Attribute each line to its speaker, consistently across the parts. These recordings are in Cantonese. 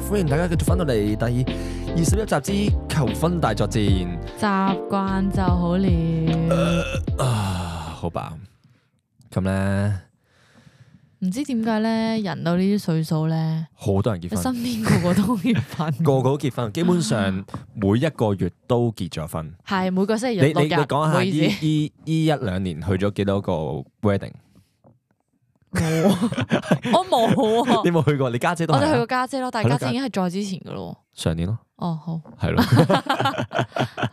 Speaker 1: 歡迎大家繼續翻到嚟第二十一集之求婚大作戰
Speaker 2: 習慣就好了。
Speaker 1: 啊，好吧。咁咧，
Speaker 2: 唔知點解咧，人到呢啲歲數咧，
Speaker 1: 好多人
Speaker 2: 你
Speaker 1: 結
Speaker 2: 身
Speaker 1: 婚，
Speaker 2: 邊個個都結婚，
Speaker 1: 個個都結婚，基本
Speaker 2: 嗯
Speaker 1: 上每一個月都結咗婚。
Speaker 2: 係每個星期
Speaker 1: 你你
Speaker 2: 日
Speaker 1: 你
Speaker 2: 六日。唔
Speaker 1: 講
Speaker 2: 好
Speaker 1: 下
Speaker 2: 意
Speaker 1: 依
Speaker 2: 思，
Speaker 1: 依依一兩年去咗幾多個 wedding？
Speaker 2: 我冇 啊
Speaker 1: 你，有冇去過？你家姐都
Speaker 2: 我哋
Speaker 1: 係
Speaker 2: 去過
Speaker 1: 啊
Speaker 2: 家姐咯，但
Speaker 1: 係
Speaker 2: 係
Speaker 1: 咯
Speaker 2: 家姐已經係再之前噶咯。
Speaker 1: 上年咯，
Speaker 2: 哦，好，
Speaker 1: 係 咯。
Speaker 2: 係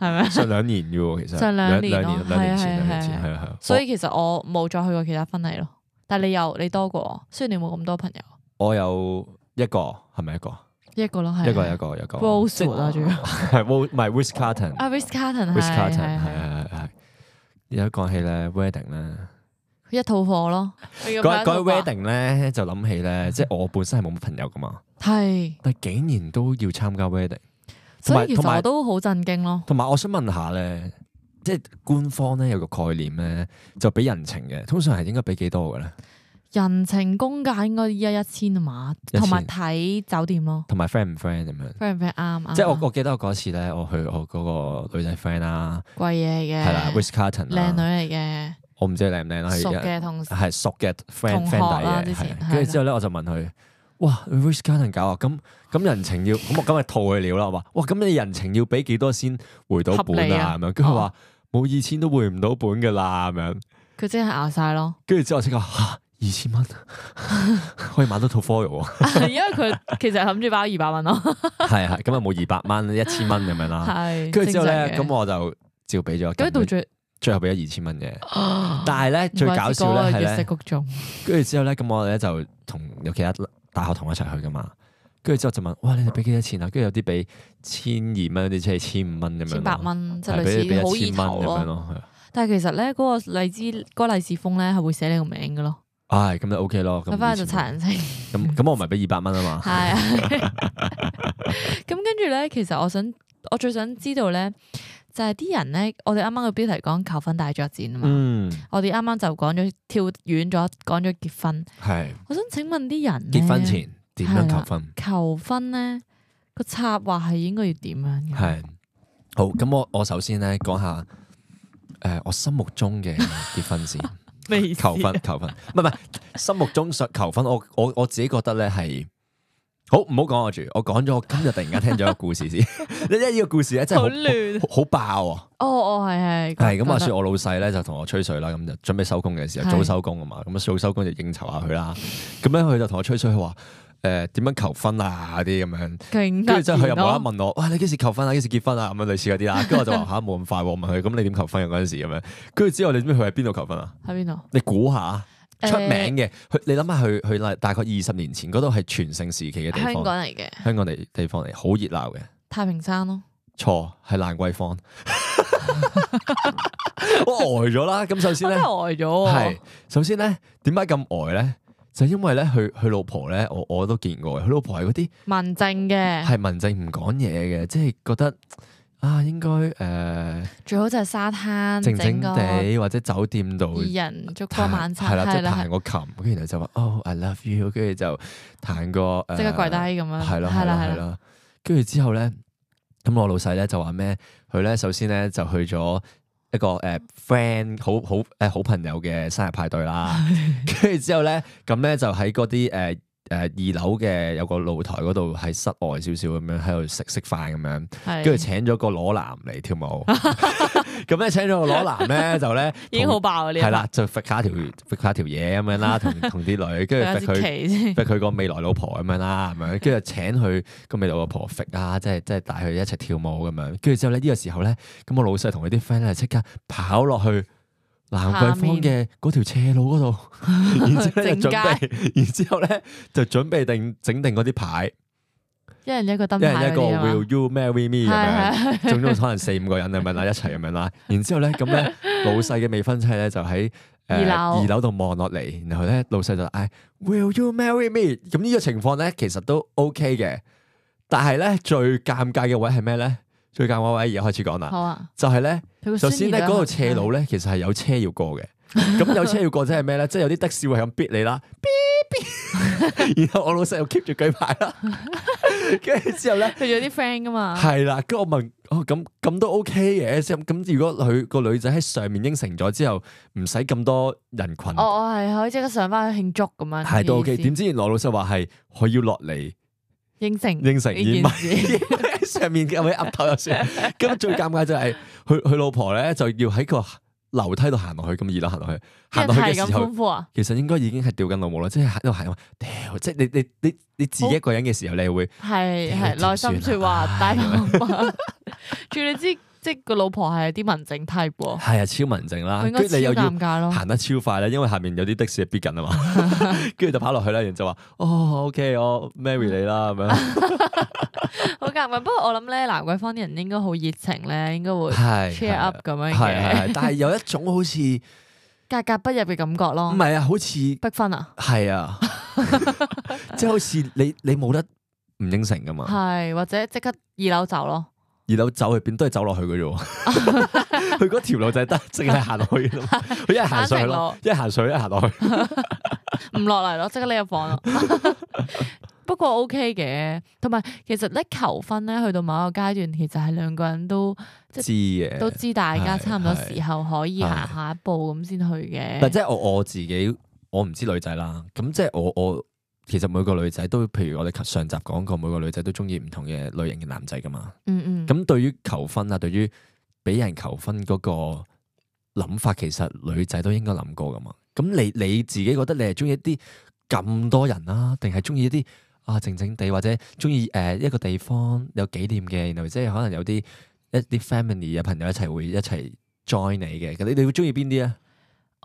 Speaker 2: 咪？啊
Speaker 1: 上兩年嘅喎，其實
Speaker 2: 上兩年咯
Speaker 1: 兩年兩年前，
Speaker 2: 係啊
Speaker 1: 兩年前
Speaker 2: 係啊
Speaker 1: 係啊係啊。
Speaker 2: 所以其實我冇再去過其他婚禮咯。但係你有，你多過我，雖然你冇咁多朋友，
Speaker 1: 我我有一個係咪一個？
Speaker 2: 一個咯，係
Speaker 1: 一個一個一個。
Speaker 2: Rosewood 啦，啊仲要
Speaker 1: 係 Wo- 唔係 Wiz Carton。
Speaker 2: 啊 r i s c a r t o n
Speaker 1: Wiz
Speaker 2: 係
Speaker 1: Carton 係啊
Speaker 2: 係
Speaker 1: 係
Speaker 2: 係
Speaker 1: 係係。而家講起咧 wedding 咧，
Speaker 2: 一套貨咯。
Speaker 1: 講講起 wedding
Speaker 2: 定
Speaker 1: 咧就諗起
Speaker 2: 嗯
Speaker 1: 咧，即係我本身係冇乜朋友噶嘛，
Speaker 2: 係，
Speaker 1: 但係竟然都要參加 wedding，同
Speaker 2: 所
Speaker 1: 埋
Speaker 2: 以其
Speaker 1: 同埋
Speaker 2: 實我都好震驚咯。
Speaker 1: 同埋我想問下咧，即係官方咧有個概念咧就俾人情嘅，通常係應該俾幾多嘅咧？
Speaker 2: 人情公價應該一一千啊嘛，
Speaker 1: 一千
Speaker 2: 同埋睇酒店咯
Speaker 1: 同埋 friend 唔 friend 咁樣？
Speaker 2: ，friend 唔 friend 啱啱。
Speaker 1: 即係我我記得我嗰次咧，我去我嗰個女仔 friend 啦，
Speaker 2: 貴嘢嚟嘅，
Speaker 1: 係啦 w i s c a r t o n
Speaker 2: 靚女
Speaker 1: 啦，
Speaker 2: 嚟
Speaker 1: 我唔知佢靚唔靚啦，
Speaker 2: 嘅，熟
Speaker 1: 係啊
Speaker 2: 嘅同事，
Speaker 1: 係熟嘅 friend
Speaker 2: 同學
Speaker 1: friend 底
Speaker 2: 啦
Speaker 1: 嘅，
Speaker 2: 之前
Speaker 1: 係跟
Speaker 2: 係
Speaker 1: 住
Speaker 2: 啦
Speaker 1: 之後咧，我就問佢：，哇 w i s c a r t o n 搞啊，咁咁人情要，咁我今日套佢料啦，我話：，哇，咁你人情要俾幾多先回到
Speaker 2: 合
Speaker 1: 本
Speaker 2: 理
Speaker 1: 啊？咁
Speaker 2: 啊
Speaker 1: 樣，跟住佢話冇二千都回唔到本噶啦，咁樣，
Speaker 2: 佢真係咬 晒咯，
Speaker 1: 跟住之後我即刻嚇二千蚊可以買到套 foil 喎。
Speaker 2: 因為佢其實諗住包二百蚊咯，
Speaker 1: 係係，咁啊冇二百蚊，一千蚊咁樣啦。
Speaker 2: 係。
Speaker 1: 啊跟住之後咧，
Speaker 2: 正
Speaker 1: 咁
Speaker 2: 常嘅
Speaker 1: 我就照俾咗，
Speaker 2: 咁到最
Speaker 1: 最後俾咗二千蚊嘅。
Speaker 2: 啊
Speaker 1: 但係咧最搞笑
Speaker 2: 唔怪
Speaker 1: 咧
Speaker 2: 之
Speaker 1: 係咧，
Speaker 2: 嗰個月食谷種
Speaker 1: 跟住之後咧，咁我咧就同有其他大學同學一齊去噶嘛。跟住之後就問，哇，你哋俾幾多錢啊？跟住有啲俾千二蚊，有啲即係千五蚊咁樣咯。
Speaker 2: 千八蚊，即係
Speaker 1: 係，
Speaker 2: 類
Speaker 1: 俾俾
Speaker 2: 似好
Speaker 1: 一
Speaker 2: 意
Speaker 1: 千蚊
Speaker 2: 頭
Speaker 1: 咁樣
Speaker 2: 咯。
Speaker 1: 咯。係啊
Speaker 2: 但係其實咧，嗰個荔枝嗰個利是封咧係會寫你個名嘅咯，
Speaker 1: 唉，咁就 OK 咯。咁
Speaker 2: 佢翻去就
Speaker 1: 2000
Speaker 2: 查人情。
Speaker 1: 咁咁我咪俾二百蚊啊嘛。
Speaker 2: 係啊，咁跟住咧，其實我想，我最想知道咧，就係、啲人咧，我哋啱啱個標題講求婚大作戰啊嘛，
Speaker 1: 嗯，
Speaker 2: 我哋啱啱就講咗跳遠咗，講咗結婚。
Speaker 1: 係
Speaker 2: 我想請問啲人
Speaker 1: 結婚
Speaker 2: 咧
Speaker 1: 前點樣求婚？
Speaker 2: 求婚咧個策劃係應該要點樣嘅？
Speaker 1: 係好，咁我我首先咧講下，诶、我心目中嘅結婚先，
Speaker 2: 未
Speaker 1: 求 婚求婚，唔係唔係，心目中想求婚，我我我自己覺得咧係，好唔好講我住，我講咗，我今日突然間聽咗一個故事先， 你因為呢個故事咧真係
Speaker 2: 好
Speaker 1: 好
Speaker 2: 亂。
Speaker 1: 好好爆啊！
Speaker 2: 哦哦，係係
Speaker 1: 係咁話啊
Speaker 2: 覺得
Speaker 1: 說，我老細咧就同我吹水啦，咁就準備收工嘅時候，
Speaker 2: 係
Speaker 1: 早收工啊嘛，咁早收工就應酬下佢啦，咁咧佢就同我吹水，佢話诶點樣求婚啊嗰啲咁樣。
Speaker 2: 勁
Speaker 1: 跟住之後佢又
Speaker 2: 突然
Speaker 1: 冇得
Speaker 2: 咯
Speaker 1: 問我，哇！你幾時求婚啊？幾時結婚啊？咁樣類似嗰啲啦。跟住我就話 吓冇咁快喎，我問佢咁你點求婚啊？嗰陣時咁樣。跟住之後你知唔知佢喺邊度求婚啊？
Speaker 2: 喺邊度？
Speaker 1: 你估下出
Speaker 2: 誒
Speaker 1: 名嘅，佢你諗下佢佢大概二十年前嗰度係全盛時期嘅地
Speaker 2: 香
Speaker 1: 方，
Speaker 2: 港嚟嘅
Speaker 1: 香港地地方嚟，好熱鬧嘅。
Speaker 2: 太平山咯，
Speaker 1: 錯係蘭桂坊， 我呆咗啦。咁首
Speaker 2: 我
Speaker 1: 先
Speaker 2: 哦真
Speaker 1: 咧，
Speaker 2: 係呆咗
Speaker 1: 係
Speaker 2: 喎。
Speaker 1: 首先咧，點解咁呆咧？就因為咧，佢佢老婆咧，我我都見過嘅，佢老婆係嗰啲。
Speaker 2: 文靜嘅，
Speaker 1: 係文靜唔講嘢嘅，即係覺得啊，應該誒、呃、
Speaker 2: 最好就係沙
Speaker 1: 靜
Speaker 2: 灘整
Speaker 1: 靜
Speaker 2: 個
Speaker 1: 地或者酒店度
Speaker 2: 二人燭光
Speaker 1: 彈
Speaker 2: 晚餐
Speaker 1: 係啦，即係
Speaker 2: 係
Speaker 1: 彈個琴，跟住然後就話哦，I love you，跟住就彈個誒，
Speaker 2: 即刻跪低咁樣，
Speaker 1: 係啦
Speaker 2: 係
Speaker 1: 係啦
Speaker 2: 啦
Speaker 1: 係
Speaker 2: 係啦，
Speaker 1: 啦，跟住之後咧，咁我老細咧就話咩？佢咧首先咧就去咗。一個誒 friend 好好誒好朋友嘅生日派對 啦，跟住之後咧，咁咧就喺嗰啲誒誒二樓嘅有個露台嗰度，喺室外少少咁樣喺度食食飯咁樣，跟
Speaker 2: 係
Speaker 1: 住請咗個裸男嚟跳 舞，咁咧請咗個裸男咧就咧
Speaker 2: 已經好爆啊呢一
Speaker 1: 係啦
Speaker 2: part，，
Speaker 1: 就揈下條揈下條嘢咁樣 啦，同同啲女，
Speaker 2: 佢
Speaker 1: 跟
Speaker 2: 有
Speaker 1: 住揈佢
Speaker 2: 支旗先，
Speaker 1: 揈佢個未來老婆咁樣啦，咁樣跟住請佢個未來老婆揈啊，即係即係帶佢一齊跳舞咁樣，跟住之後咧呢個時候咧，咁我老細同佢啲 friend 咧即刻跑落去。蘭桂坊嘅嗰條斜路 嗰度，然之後咧就準備，然之後咧就準備定整定嗰啲牌，
Speaker 2: 一人一個燈
Speaker 1: 一人
Speaker 2: 牌
Speaker 1: 一
Speaker 2: 嗰
Speaker 1: 個
Speaker 2: 啲啊
Speaker 1: Will
Speaker 2: 嘛
Speaker 1: you marry me 咁樣。啊
Speaker 2: 係係
Speaker 1: 總共可能四五個人咁樣啦，一齊咁樣啦。然之後咧，咁 咧老細嘅未婚妻咧就喺呃
Speaker 2: 二樓
Speaker 1: 二樓度望落嚟，然後咧老細就嗌 Will you marry me？咁呢個情況咧其實都 OK 嘅，但係咧最尷尬嘅位係咩咧？最尷尬位而家開始講啦，
Speaker 2: 好啊，嗯
Speaker 1: 就係咧
Speaker 2: 佢個
Speaker 1: 首先咧
Speaker 2: 孫兒
Speaker 1: 嗰
Speaker 2: 都
Speaker 1: 度斜路咧其實係有車要過 嘅。咁有車要過即係咩咧？即係有啲的 士會係咁逼你啦，逼逼，然後我老細又 keep 住舉牌啦，跟住之後咧。
Speaker 2: 去咗啲 friend 噶嘛，
Speaker 1: 係啦，跟住我問，哦咁咁都 OK 嘅，即係咁咁如果佢個女仔喺上面應承咗之後，唔使咁多人群，
Speaker 2: 我我哦係可以即刻上翻去慶祝咁樣，
Speaker 1: 係都 OK。點
Speaker 2: 點
Speaker 1: 知原來老實話係佢要落嚟
Speaker 2: 應承
Speaker 1: 應承，而唔
Speaker 2: 呢
Speaker 1: 係
Speaker 2: 件事，
Speaker 1: 喺 上面咁樣岌頭就算。 咁最尷尬就係佢佢老婆咧就要喺個樓梯度行落去，咁熱啦行落去，行落去
Speaker 2: 係
Speaker 1: 嘅
Speaker 2: 咁
Speaker 1: 時候。
Speaker 2: 歡呼啊！
Speaker 1: 其實應該已經係掉緊老母啦，即係喺度行啊！屌，即係你你你你自己一個人嘅時候，你係會
Speaker 2: 係
Speaker 1: 屌
Speaker 2: 係
Speaker 1: 哎點
Speaker 2: 內心
Speaker 1: 算
Speaker 2: 説
Speaker 1: 啊
Speaker 2: 話
Speaker 1: 唉
Speaker 2: 大爆發。 仲要你知即係個老婆係啲文靜 type 喎，
Speaker 1: 係啊超文靜啦，
Speaker 2: 佢應
Speaker 1: 跟
Speaker 2: 該
Speaker 1: 住你又
Speaker 2: 超
Speaker 1: 要
Speaker 2: 尷尬咯。
Speaker 1: 行得超快咧，因為下面有啲的士逼緊啊嘛， 跟住就跑落去啦，然後就話哦，OK，我 marry 你啦
Speaker 2: 啊
Speaker 1: 咁樣，
Speaker 2: 好尷尬。不過我諗咧，蘭桂坊啲人應該好熱情咧，應該會
Speaker 1: 係啊
Speaker 2: cheer up 咁樣
Speaker 1: 係係
Speaker 2: 嘅，
Speaker 1: 係，但係有一種好 似唔
Speaker 2: 格格不入嘅感覺咯。
Speaker 1: 係啊，好似
Speaker 2: 逼婚啊，
Speaker 1: 係 啊，即係好似你你冇得唔應承噶嘛。
Speaker 2: 係或者即刻二樓走 咯。
Speaker 1: 二樓走去邊都係走落去嘅啫喎， 佢嗰條路就係得淨係行落去嘅啫嘛，佢一係行上去咯，一係行上去，一係行落去，
Speaker 2: 唔落嚟咯，即刻匿入房咯。 不過 OK 嘅，同埋其實咧求婚咧，去到某一個階段，其實係兩個人都即
Speaker 1: 知嘅。
Speaker 2: 都知大家
Speaker 1: 係
Speaker 2: 差唔多
Speaker 1: 係
Speaker 2: 時候可以行
Speaker 1: 係
Speaker 2: 下一步咁先去嘅。
Speaker 1: 但即係我我自己，我唔知女仔啦，咁即係我我其實每個女仔都，譬如我哋上集講過，每個女仔都中意唔同嘅類型嘅男仔噶嘛。
Speaker 2: 嗯嗯，
Speaker 1: 咁對於求婚啊，對於俾人求婚嗰個諗法，其實女仔都應該諗過噶嘛。咁你你自己覺得你係中意一啲咁多人啦、啊，定係中意一啲啊靜靜地，或者中意誒一個地方有紀念嘅，然後即係可能有啲一啲 family 啊嘅朋友一齊會一齊 join 你嘅。咁你你會中意邊啲啊？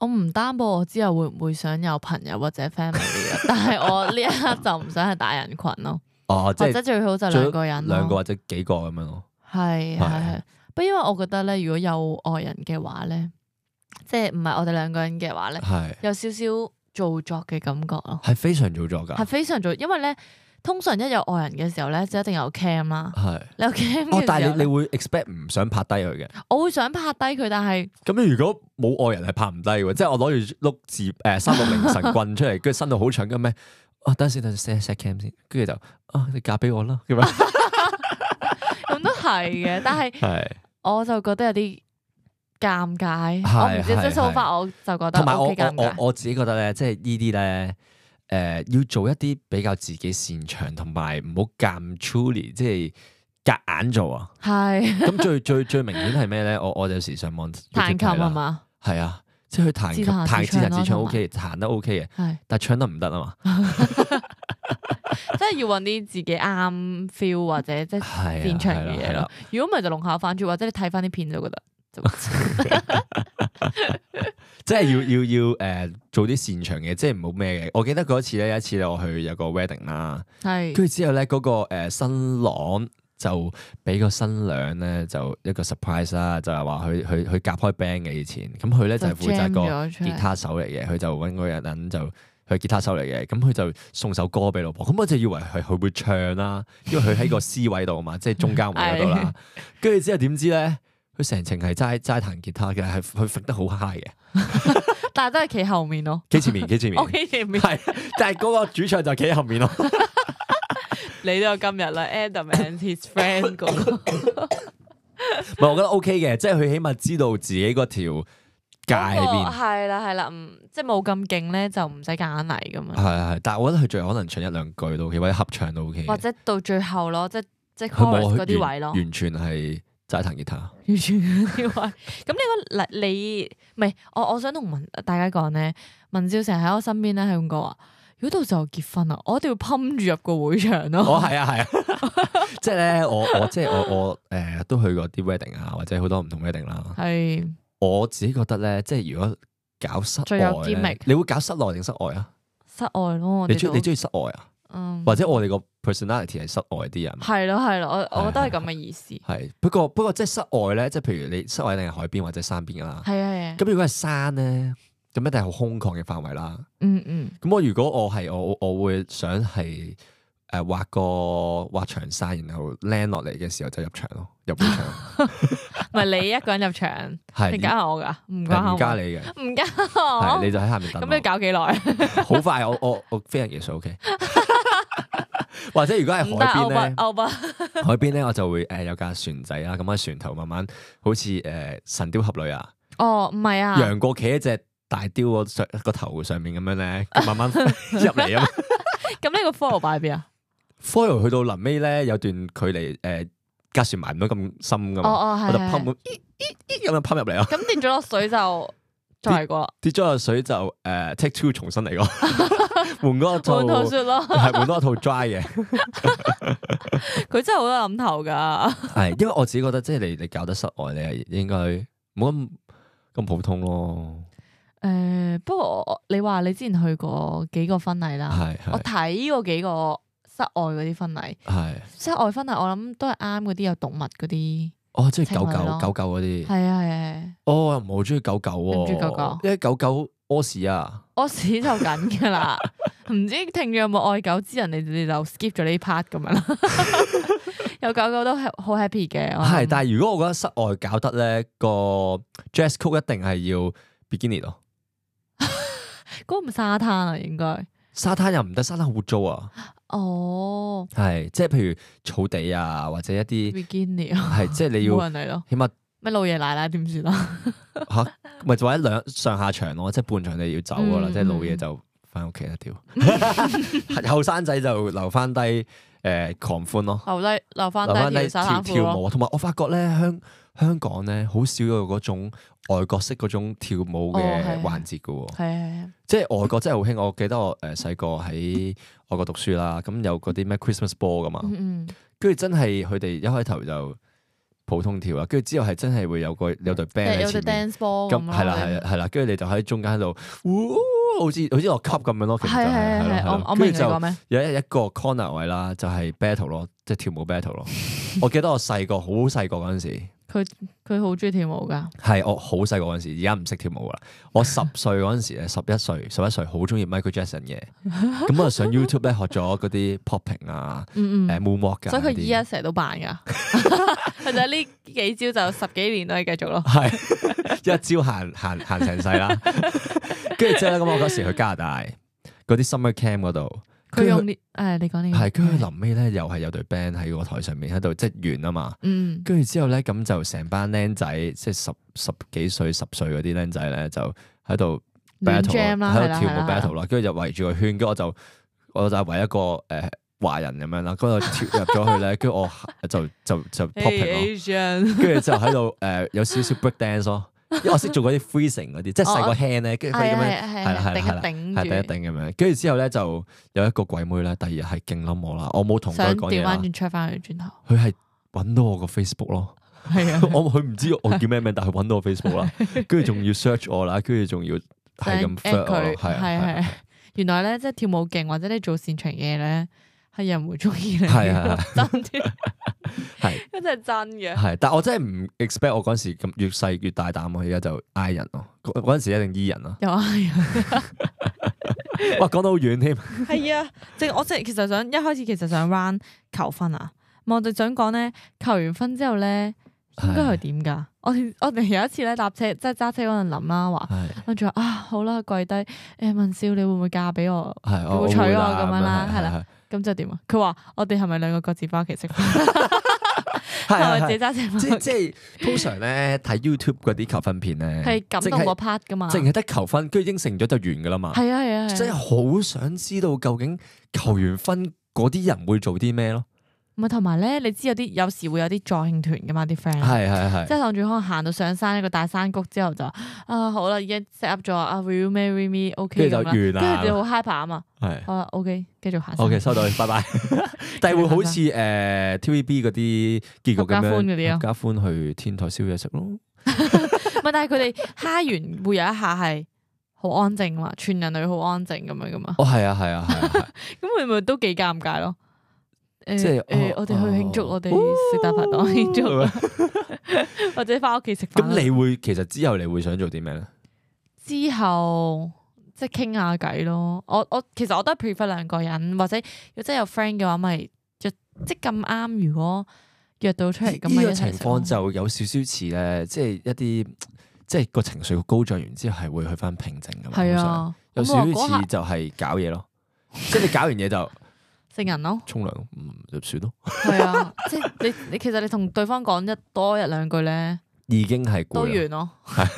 Speaker 2: 我唔擔保我之後會唔會想有朋友或者 family 啊，但係我呢一刻就唔想係大人群咯，
Speaker 1: 哦，即
Speaker 2: 或
Speaker 1: 係
Speaker 2: 者最好就兩個人
Speaker 1: 兩個
Speaker 2: 咯，
Speaker 1: 或者幾個咁樣咯。
Speaker 2: 係係
Speaker 1: 係
Speaker 2: 係。不過因為我覺得咧，如果有外人嘅話咧，即係唔係我哋兩個人嘅話咧，
Speaker 1: 係
Speaker 2: 有少少做作嘅感覺咯。
Speaker 1: 係非常做作
Speaker 2: 係
Speaker 1: 㗎，
Speaker 2: 非常做，因為咧通常一有外人嘅時候咧，就一定有 cam 啦。
Speaker 1: 係。
Speaker 2: 你有哦 cam
Speaker 1: 哦，但
Speaker 2: 嘅
Speaker 1: 係
Speaker 2: 時候
Speaker 1: 你你
Speaker 2: 呢，
Speaker 1: 會 expect 唔想拍低佢嘅。
Speaker 2: 我會想拍低佢，但係
Speaker 1: 咁你如果冇愛人係拍唔低嘅，即係我攞住碌字誒三六零神棍 出嚟，跟住伸到好長咁咩？啊，等陣先，等陣 set set cam 先，跟住就啊，你嫁俾我啦， 咁樣
Speaker 2: 咁都係嘅。但係
Speaker 1: 係。
Speaker 2: 我就覺得有啲尷尬，
Speaker 1: 係
Speaker 2: 我唔知
Speaker 1: 係
Speaker 2: 即係 so far 我就覺得
Speaker 1: 同埋我
Speaker 2: OK
Speaker 1: 我
Speaker 2: 尷
Speaker 1: 我
Speaker 2: 尬。
Speaker 1: 我自己覺得咧，即係呢啲咧，誒、要做一啲比較自己擅長，同埋唔好咁 truly，即係夾硬做啊。
Speaker 2: 係
Speaker 1: 咁最最最明顯係咩咧？我我有時上網 YouTube
Speaker 2: 彈琴啊
Speaker 1: 睇啦
Speaker 2: 係？嘛？
Speaker 1: 係啊，即係佢彈琴
Speaker 2: 自啊彈自
Speaker 1: 彈自彈自
Speaker 2: 唱咯
Speaker 1: 唱
Speaker 2: 同
Speaker 1: OK，彈得 OK 嘅，
Speaker 2: 係，
Speaker 1: 但係唱得唔得啊嘛。
Speaker 2: 即係要揾啲自己啱 feel 或者即係
Speaker 1: 係啊
Speaker 2: 擅長
Speaker 1: 係啦
Speaker 2: 嘅嘢
Speaker 1: 係啦
Speaker 2: 咯。如果唔係就弄巧反拙，或者你睇翻啲片就覺得就
Speaker 1: 即係要要要誒、呃做啲擅長嘅，即係唔好咩嘅。我記得嗰次咧，有一次咧，我去有個 wedding 啦，
Speaker 2: 係
Speaker 1: 跟住之後咧，嗰、個、呃、新郎就俾個新娘咧就一個 surprise 啦，就係話佢佢佢夾開 band 嘅以前，咁佢咧就係負責
Speaker 2: jam
Speaker 1: 個
Speaker 2: 咗出
Speaker 1: 吉
Speaker 2: 嚟。
Speaker 1: 他手嚟嘅，佢就揾嗰個人就佢係吉他手嚟嘅，咁佢就送首歌俾老婆，咁我就以為係佢會唱啦，因為佢喺個 C 位度啊 嘛，即係中間位嗰度啦，跟住之後點知咧，佢成程係齋齋彈吉他嘅，係佢揈得好 high 嘅。
Speaker 2: 但係都係企後 面咯。
Speaker 1: 幾前面，幾前 面
Speaker 2: 我，企 前面，
Speaker 1: 係，但係嗰個主唱就企喺後面咯。
Speaker 2: 你都有今日啦，Adam and his friend 嗰個。
Speaker 1: 唔係，我覺得 OK 嘅，即係佢起碼知道自己嗰條界喺邊，
Speaker 2: 哦係啦係啦，唔即係冇咁勁咧，就唔使夾硬嚟
Speaker 1: 係
Speaker 2: 咁樣，
Speaker 1: 係。但係我覺得佢最後可能唱一兩句都 OK，或者合唱都 OK 嘅。
Speaker 2: 或者到最後咯，即係即係
Speaker 1: 佢冇
Speaker 2: chorus 嗰啲
Speaker 1: 完
Speaker 2: 位咯，
Speaker 1: 完全係齋彈吉他。
Speaker 2: 完全嗰啲位。咁你個你唔係我，我想同文大家講咧，文少成日喺我身邊咧，係咁講話。如果到時候結婚啊，我一定要噴住入個會場
Speaker 1: 我
Speaker 2: 咯。
Speaker 1: 係啊係啊， 即係咧，我我即係我我誒都去過啲 wedding 啊，或者好多唔同 wedding 啦。
Speaker 2: 係
Speaker 1: 我自己覺得咧，即係如果搞室
Speaker 2: 最有
Speaker 1: 外呢
Speaker 2: gimmick
Speaker 1: 你會搞室內定室外啊？
Speaker 2: 室外咯，我
Speaker 1: 你
Speaker 2: 哋
Speaker 1: 中
Speaker 2: 都
Speaker 1: 你中意室外啊？
Speaker 2: 嗯，
Speaker 1: 或者我哋個 personality 係室外啲人？
Speaker 2: 係咯係咯，我我覺得係咁嘅意思。
Speaker 1: 係，不過不過即係室外咧，即係譬如你室外一定係海邊或者山邊㗎啦。
Speaker 2: 係啊係啊
Speaker 1: 咁，如果係山咧，咁一定係好空曠嘅範圍啦。
Speaker 2: 嗯嗯，
Speaker 1: 咁我如果我係我我我會想係誒畫個畫長山，然後 land 落嚟嘅時候就入場咯，入 會場
Speaker 2: 唔係你一個人入 場，
Speaker 1: 係
Speaker 2: 你加下我㗎，唔關
Speaker 1: 係
Speaker 2: 我
Speaker 1: 唔加你嘅，
Speaker 2: 唔加
Speaker 1: 係
Speaker 2: 我
Speaker 1: 你就喺下面等
Speaker 2: 哦咁你
Speaker 1: 我。
Speaker 2: 搞幾耐？
Speaker 1: 好快，我我我飛人技術 OK。或者如果係
Speaker 2: 唔
Speaker 1: 海
Speaker 2: 得，啊
Speaker 1: 邊
Speaker 2: 歐巴
Speaker 1: 咧，
Speaker 2: 歐巴，
Speaker 1: 海邊咧我就會誒有架船仔啊啦，咁喺船頭慢慢好似誒神雕俠侶啊，
Speaker 2: 哦，唔係啊，
Speaker 1: 楊過企喺只大雕個上個頭上面咁樣咧，慢慢入嚟啊。
Speaker 2: 咁呢個 follow 擺喺邊啊？
Speaker 1: foil 去到臨尾咧，有段距離誒隔船埋唔到咁深噶
Speaker 2: 哦
Speaker 1: 嘛，
Speaker 2: 哦，
Speaker 1: 我就
Speaker 2: 係
Speaker 1: 噴
Speaker 2: 係。
Speaker 1: 咁咦咦咦咁樣噴入嚟咯，
Speaker 2: 咁跌咗落水就再過啦，
Speaker 1: 跌咗落水就誒 take two 重新嚟 咯，換嗰套
Speaker 2: 半 套
Speaker 1: 係
Speaker 2: 雪咯。
Speaker 1: 換多一套 dry 嘅，
Speaker 2: 佢真係好多諗頭噶，
Speaker 1: 係因為我自己覺得即係你你搞得室外你係應該冇咁咁普通咯，
Speaker 2: 诶，不過我你話你之前去過幾個婚禮啦，
Speaker 1: 係
Speaker 2: 啊我
Speaker 1: 係
Speaker 2: 睇過幾個室外嗰啲婚禮，
Speaker 1: 係，
Speaker 2: 室外婚禮我諗都係啱嗰啲有動物嗰啲，
Speaker 1: 哦即係
Speaker 2: 情侶
Speaker 1: 狗狗
Speaker 2: 咯
Speaker 1: 狗狗嗰啲，
Speaker 2: 係啊係啊係啊，
Speaker 1: 哦我又唔係好中意狗狗
Speaker 2: 你唔中意狗狗
Speaker 1: 喎，因為狗狗屙屎啊，
Speaker 2: 我屎就緊噶 啦，唔知聽眾有冇愛狗之人，你哋就 skip 咗呢 part 咁樣啦。 有狗狗都係好 happy 嘅，我諗
Speaker 1: 係但係如果我覺得室外搞得咧個 dress code 一定係要 bikini 咯。
Speaker 2: 嗰個唔沙灘啊，應該
Speaker 1: 沙灘又唔得，沙灘好污糟啊！
Speaker 2: 哦
Speaker 1: 係即係譬如草地啊，或者一啲
Speaker 2: ，bikini 啊
Speaker 1: 係即係你
Speaker 2: 冇
Speaker 1: 要
Speaker 2: 人嚟咯，
Speaker 1: 起碼
Speaker 2: 咩老爺奶奶點算啊？
Speaker 1: 吓，咪就或者兩上下場咯，即係半場你要走噶啦，
Speaker 2: 嗯
Speaker 1: 即係老嘢就翻屋企啦，屌！後生仔就留翻低誒狂歡咯，
Speaker 2: 留低留翻
Speaker 1: 留翻
Speaker 2: 低
Speaker 1: 低
Speaker 2: 條
Speaker 1: 跳
Speaker 2: 沙灘褲
Speaker 1: 跳
Speaker 2: 咯，
Speaker 1: 舞，啊同埋我發覺咧香香港咧好少有嗰種外國式嗰種跳舞
Speaker 2: 哦
Speaker 1: 嘅
Speaker 2: 係
Speaker 1: 環節噶喎。
Speaker 2: 係係
Speaker 1: 即係外國真係好興，我記得我誒細個喺外國讀書啦，咁有嗰啲咩 Christmas ball 噶嘛，
Speaker 2: 嗯嗯
Speaker 1: 跟住真係佢哋一開頭就普通跳啦，跟住之後係真係會有個有隊，
Speaker 2: 即
Speaker 1: band
Speaker 2: 係
Speaker 1: 喺
Speaker 2: 有隻
Speaker 1: 前面，
Speaker 2: dance ball
Speaker 1: 咁
Speaker 2: 咁
Speaker 1: 係啦
Speaker 2: 啊
Speaker 1: 係啦係啦，跟住你就喺中間喺度，呜好似好似落級咁樣咯，其
Speaker 2: 係
Speaker 1: 實就係
Speaker 2: 係
Speaker 1: 係
Speaker 2: 係
Speaker 1: 咯
Speaker 2: 係，
Speaker 1: 係
Speaker 2: 我我
Speaker 1: 咯，
Speaker 2: 明
Speaker 1: 跟
Speaker 2: 你
Speaker 1: 住
Speaker 2: 講
Speaker 1: 就
Speaker 2: 咩？
Speaker 1: 有一一個 corner 位啦，就係 battle 咯，即係跳舞 battle 咯。我記得我細個好細個嗰陣時，
Speaker 2: 佢好中意跳舞㗎，
Speaker 1: 係我好細個嗰陣時，而家唔識跳舞啦。我 十歲嗰陣時咧，十一歲十一歲好中意 Michael Jackson 嘅，咁我上 YouTube 咧學咗嗰啲 popping 啊，
Speaker 2: 嗯
Speaker 1: 誒
Speaker 2: 嗯，
Speaker 1: moonwalk 㗎
Speaker 2: 所以
Speaker 1: 嗰啲，
Speaker 2: 佢依家成日都扮㗎， 佢就係呢幾招就十幾年都係繼續咯。
Speaker 1: 系 一朝行行行成世啦。跟住之後咧，咁我嗰時去加拿大嗰啲 summer camp 嗰度，
Speaker 2: 佢用呢誒，你講呢個嗯
Speaker 1: 係跟住臨尾咧，又係有隊 band 喺個台上面喺度即係完啊嘛。
Speaker 2: 嗯
Speaker 1: 跟住之後咧，咁就成班僆仔，即係十十幾歲、十歲嗰啲僆仔咧，就喺度
Speaker 2: 亂
Speaker 1: battle，啊
Speaker 2: jam 啦
Speaker 1: 喺度跳
Speaker 2: 係啦係啦
Speaker 1: 舞
Speaker 2: 係啦
Speaker 1: battle 啦。跟住就圍住個圈，跟住我就我就係為一個誒華人咁樣啦，跟住我跳入咗去 咧，跟住我就就就 popping 咯。
Speaker 2: Hey, Asian，
Speaker 1: 跟住就喺度誒有少少 break dance 咯，因為我識做嗰啲 freezing 嗰啲，即係細個 hand 咧，跟住佢咁樣
Speaker 2: 哦係啊係
Speaker 1: 係啦係啦係
Speaker 2: 係
Speaker 1: 啦
Speaker 2: 頂
Speaker 1: 係啊頂
Speaker 2: 一
Speaker 1: 一
Speaker 2: 頂
Speaker 1: 頂咁樣，跟住之後咧就有一個鬼妹咧，第二日係勁冧我啦，我冇
Speaker 2: 住，
Speaker 1: 同佢
Speaker 2: 想
Speaker 1: 講
Speaker 2: 調
Speaker 1: 嘢啊啦
Speaker 2: 翻，轉 check 翻佢轉頭，
Speaker 1: 佢係揾到我個 Facebook 咯，
Speaker 2: 係啊，
Speaker 1: 我佢唔知我叫咩名，但係佢揾到我 Facebook 啦，跟住仲要 search 我啦，跟住仲要係
Speaker 2: 想
Speaker 1: 咁
Speaker 2: at
Speaker 1: flirt 我咯
Speaker 2: 佢，
Speaker 1: 係啊係
Speaker 2: 係
Speaker 1: 啊
Speaker 2: 係。原來咧，即係跳舞勁或者你做擅長嘢咧，係有人會中意你，
Speaker 1: 係啊係
Speaker 2: 真啲，
Speaker 1: 係
Speaker 2: 嗰真係真 嘅。
Speaker 1: 係，但我真係唔 expect 我嗰陣時咁越細越大膽，我而家就 I 人咯，嗰嗰陣時一定 E 人 啦，
Speaker 2: 又係啊，
Speaker 1: 哇講到好遠添，
Speaker 2: 係啊，即係我即係其實想一開始其實想 run 求婚啊，唔係我哋想講咧，求完婚之後咧，應該係點㗎？我哋我哋有一次咧搭車，即係揸車嗰陣諗啦，話
Speaker 1: 係
Speaker 2: 跟住話啊好啦，跪低誒問少你會唔會嫁俾我？
Speaker 1: 係我
Speaker 2: 會娶
Speaker 1: 會
Speaker 2: 我
Speaker 1: 啦
Speaker 2: 咁樣啦
Speaker 1: 係
Speaker 2: 係啦
Speaker 1: 係係
Speaker 2: 咁即係點啊？佢話我哋係咪兩個各自翻屋企食飯？
Speaker 1: 係
Speaker 2: 係咪
Speaker 1: 係
Speaker 2: 自己揸車
Speaker 1: 即
Speaker 2: 翻屋企？
Speaker 1: 即係通常咧睇 YouTube 嗰啲求婚片咧，
Speaker 2: 係感動嗰
Speaker 1: 淨
Speaker 2: part 噶嘛？
Speaker 1: 係
Speaker 2: 係
Speaker 1: 淨係得求婚，跟住應承咗就完噶啦嘛。
Speaker 2: 啊係啊
Speaker 1: 即係
Speaker 2: 係啊，
Speaker 1: 好想知道究竟求完婚嗰啲人會做啲咩咯？
Speaker 2: 唔係同埋咧，你知有啲有時會有啲助興團噶嘛啲 friend。
Speaker 1: 係係
Speaker 2: 即
Speaker 1: 係
Speaker 2: 係當住可能行到上山一個大山谷之後就啊好啦，已經 set up 咗啊，Will you marry
Speaker 1: 跟
Speaker 2: me？OK
Speaker 1: 住
Speaker 2: 咁
Speaker 1: 就
Speaker 2: 啦，
Speaker 1: 完啦
Speaker 2: 跟住就好 hyper 啊嘛，
Speaker 1: 係。
Speaker 2: 好啦，OK，繼續行山。
Speaker 1: OK，收到，拜拜。 但係會好似誒 TVB 嗰啲結局咁
Speaker 2: 啊合家歡嗰啲
Speaker 1: 樣，
Speaker 2: 咯
Speaker 1: 合家歡去天台燒嘢食咯。
Speaker 2: 唔係，但係佢哋嗨完會有一下係好安靜嘛，全人類好安靜咁樣噶嘛，
Speaker 1: 哦，係啊，係啊，係啊係啊。
Speaker 2: 咁會唔會都幾尷尬咯？ 誒
Speaker 1: 即係
Speaker 2: 誒
Speaker 1: 哦，
Speaker 2: 我哋去慶祝，
Speaker 1: 哦
Speaker 2: 我哋食大排檔慶祝，啊或者翻屋企食飯啦。
Speaker 1: 咁你會其實之後你會想做啲咩咧？
Speaker 2: 之後即係傾下偈咯。我我其實我都係 prefer 兩個人，或者如果真係有 friend 嘅話，咪約即係咁啱。如果約到出嚟咁，
Speaker 1: 呢
Speaker 2: 咪一
Speaker 1: 個
Speaker 2: 齊食咯
Speaker 1: 情況就有少少似咧，即係一啲即係個情緒高漲完之後係會去翻平靜咁。通
Speaker 2: 係
Speaker 1: 常，
Speaker 2: 啊。
Speaker 1: 有
Speaker 2: 咁
Speaker 1: 少
Speaker 2: 我
Speaker 1: 少
Speaker 2: 嗰下
Speaker 1: 似就係搞嘢咯，即係你搞完嘢就
Speaker 2: 成人咯，
Speaker 1: 沖涼嗯就算咯，
Speaker 2: 係啊，即係你你其實你同對方講一多一兩句咧，
Speaker 1: 已經係攰
Speaker 2: 都
Speaker 1: 啊啦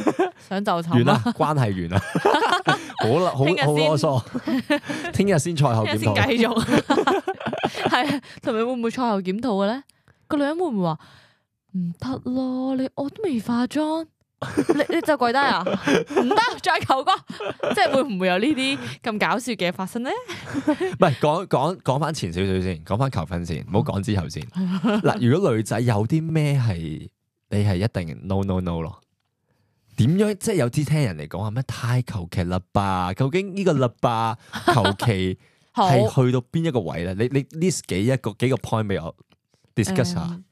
Speaker 2: 完咯， 想就
Speaker 1: 完
Speaker 2: 寢
Speaker 1: 啦
Speaker 2: 啦，，
Speaker 1: 關係完 啦，好啦，好好
Speaker 2: 聽日先
Speaker 1: 啰嗦， 聽日先賽後
Speaker 2: 聽日
Speaker 1: 檢
Speaker 2: 先
Speaker 1: 討，
Speaker 2: 繼續， 係啊，同埋會唔會賽後檢討嘅咧？個女人會唔會話唔得咯？你我都未化妝，你你就跪低啊？唔得，再求過，即係會唔會有呢啲咁搞笑嘅發生咧？
Speaker 1: 唔係講講講翻前少少先，講翻求婚先，唔好講之後先。嗱， 如果女仔有啲咩係你係一定 no no no 咯。點樣即係有啲聽人嚟講話咩太求其啦吧？究竟呢個啦 吧求其
Speaker 2: 好。
Speaker 1: 係去到邊一個位咧？你你 list 幾一個幾個 point 俾我 discuss 下。
Speaker 2: 嗯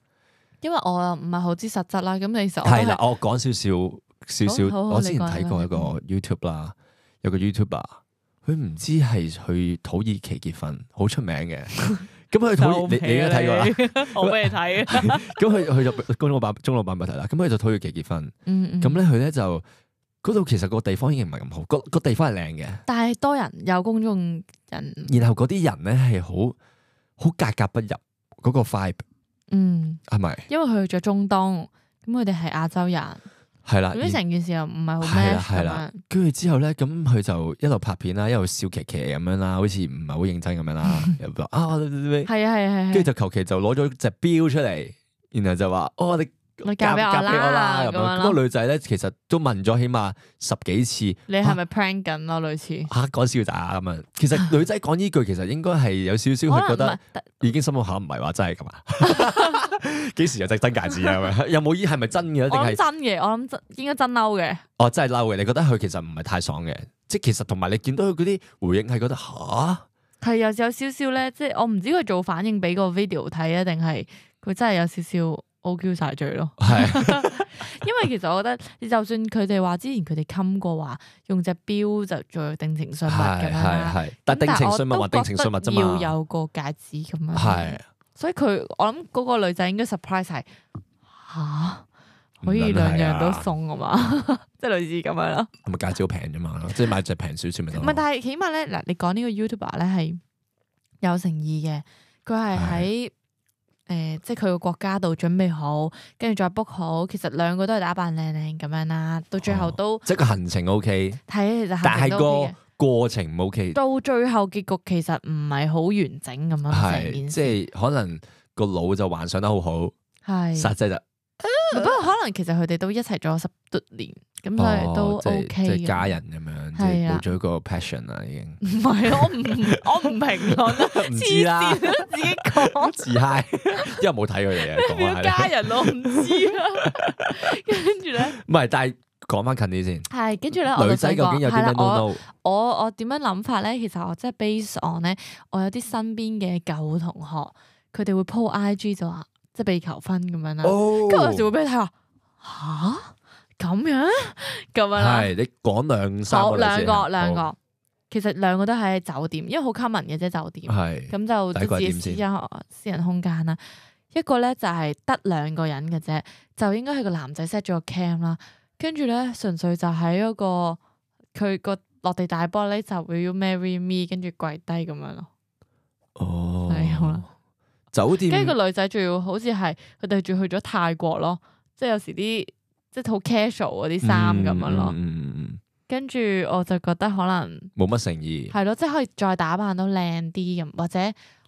Speaker 2: 因為我又啊唔係好知實質啦，咁其實我
Speaker 1: 係
Speaker 2: 都
Speaker 1: 啦
Speaker 2: 係，
Speaker 1: 我講少少少少，
Speaker 2: 好好好
Speaker 1: 我之前
Speaker 2: 你講
Speaker 1: 睇過一個 YouTube 啦，有個 YouTuber，佢唔知係去土耳其結婚，好出名 嘅。咁佢土耳你你應該睇過啦。
Speaker 2: 啦，我俾你 睇。啊
Speaker 1: 咁佢佢就公老闆中老闆問題啦，咁佢就土耳其結婚，
Speaker 2: 嗯嗯
Speaker 1: 咁咧佢咧就嗰度其實個地方已經唔係咁好，個個地方係靚嘅，
Speaker 2: 但係多人有公眾人，
Speaker 1: 然後嗰啲人咧係好好格格不入嗰個 vibe
Speaker 2: 嗯，
Speaker 1: 係咪？
Speaker 2: 因為佢着中東，咁佢哋係亞洲人，
Speaker 1: 係啦，
Speaker 2: 咁樣
Speaker 1: 然
Speaker 2: 成件事又唔係好
Speaker 1: 係
Speaker 2: match
Speaker 1: 啦啊係
Speaker 2: 咁
Speaker 1: 啦
Speaker 2: 樣，
Speaker 1: 跟住之後咧，咁佢就一路拍片啦，一路笑騎騎咁樣啦，好似唔係好認真咁樣啦， 又話啊，
Speaker 2: 係啊係啊係啊，
Speaker 1: 跟住就求其就攞咗隻錶出嚟，然後就話哦你。
Speaker 2: 啊你嫁俾我
Speaker 1: 嫁
Speaker 2: 啦
Speaker 1: 咁樣，
Speaker 2: 咁樣咯
Speaker 1: 咁個女仔咧，其實都問咗起碼十幾 次，
Speaker 2: 你係咪 plan 緊咯？類似，
Speaker 1: 吓講笑咋咁樣？其實女仔講呢句，其實應該係有少少，佢覺
Speaker 2: 可
Speaker 1: 得
Speaker 2: 能唔係但
Speaker 1: 已經心諗下，唔係話真係咁啊？ 幾時有隻真戒指啊？咁樣有冇依係咪真嘅？一定
Speaker 2: 我
Speaker 1: 係
Speaker 2: 諗真嘅，我諗真應該真嬲嘅，
Speaker 1: 哦，真係嬲嘅？你覺得佢其實唔係太爽嘅，即係其實同埋你見到佢嗰啲回應係覺得吓，
Speaker 2: 係有有少少咧，即係我唔知佢做反應俾個 video 睇啊，定係佢真係有少少 O Q 晒嘴 咯。
Speaker 1: 係
Speaker 2: 因為其實我覺得，就算佢哋話之前佢哋冚過話用隻錶就做定情信物咁
Speaker 1: 係
Speaker 2: 樣啦
Speaker 1: 係，係，但定情信物或定情信物啫
Speaker 2: 我都覺得要
Speaker 1: 嘛，
Speaker 2: 有個戒指咁樣。
Speaker 1: 係
Speaker 2: 所以佢我諗嗰個女仔應該 surprise 係吓，可以兩樣都送啊嘛， 即係類似咁樣咯。
Speaker 1: 咁咪戒指好平啫嘛，即係買隻平少少咪得
Speaker 2: 唔係，
Speaker 1: 咯。
Speaker 2: 但係起碼咧嗱，你講呢個 YouTuber 咧係有誠意嘅，佢係喺誒即係佢個國家度準備好，跟住再 book 好，其實兩個都係打扮靚靚咁樣啦，到最後
Speaker 1: 哦
Speaker 2: 都。
Speaker 1: 即係個行程 OK，
Speaker 2: 睇其實
Speaker 1: 但
Speaker 2: 係
Speaker 1: 係
Speaker 2: 都 OK
Speaker 1: 個
Speaker 2: 嘅
Speaker 1: 過程唔 OK。
Speaker 2: 到最後結局其實唔係好完整咁樣成
Speaker 1: 係，
Speaker 2: 件
Speaker 1: 即
Speaker 2: 事
Speaker 1: 係可能個腦就幻想得好好，
Speaker 2: 係
Speaker 1: 實際就
Speaker 2: 不過可能其實佢哋都一齊咗十多年，咁所以都
Speaker 1: 哦即係
Speaker 2: OK
Speaker 1: 即係家
Speaker 2: 嘅。
Speaker 1: 人咁樣，即
Speaker 2: 係
Speaker 1: 係
Speaker 2: 啊
Speaker 1: 冇咗個 passion 啦，已 經
Speaker 2: 唔係我唔我唔評論啦，
Speaker 1: 唔知
Speaker 2: 黐
Speaker 1: 啦，
Speaker 2: 線自己 講。
Speaker 1: 自嗨，因為冇睇佢 哋啊，講
Speaker 2: 表
Speaker 1: 翻
Speaker 2: 家
Speaker 1: 係，
Speaker 2: 人我唔知啦，
Speaker 1: 啊
Speaker 2: 跟住咧
Speaker 1: 唔係，但係講翻近啲先，
Speaker 2: 係跟住咧，我
Speaker 1: 女
Speaker 2: 就
Speaker 1: 仔
Speaker 2: 想
Speaker 1: 究
Speaker 2: 講
Speaker 1: 竟有
Speaker 2: 係
Speaker 1: 啲
Speaker 2: 啦
Speaker 1: 咩，
Speaker 2: 我
Speaker 1: no no？
Speaker 2: 我我點樣諗法咧？其實我真係 base on 咧，我有啲身邊嘅舊同學，佢哋會 po IG 就話即係被求婚咁樣啦。
Speaker 1: 哦
Speaker 2: 跟住我就會俾佢睇話吓咁樣咁樣啦，
Speaker 1: 係你講兩三
Speaker 2: 好
Speaker 1: 個例子
Speaker 2: 兩
Speaker 1: 先，
Speaker 2: 個兩
Speaker 1: 好
Speaker 2: 個，其實兩個都喺酒店，因為好 common 嘅啫酒店，
Speaker 1: 係
Speaker 2: 咁就
Speaker 1: 第一個
Speaker 2: 自
Speaker 1: 係啊
Speaker 2: 己
Speaker 1: 點
Speaker 2: 私
Speaker 1: 先
Speaker 2: 人私人空間啦。一個咧就係得兩個人嘅啫，就應該係個男仔 set 咗個 cam 啦，跟住咧純粹就喺嗰個佢個落地大玻璃就會要 marry me，跟住跪低咁樣咯。
Speaker 1: 哦
Speaker 2: 係好啦，
Speaker 1: 酒店
Speaker 2: 跟住個女仔仲要好似係佢哋仲去咗泰國咯，即係有時啲即係好 casual 嗰啲衫咁樣咯
Speaker 1: 嗯。嗯嗯嗯嗯啊
Speaker 2: 跟住我就覺得可能
Speaker 1: 冇乜誠意，
Speaker 2: 係咯，即係可以再打扮到靚啲咁，或者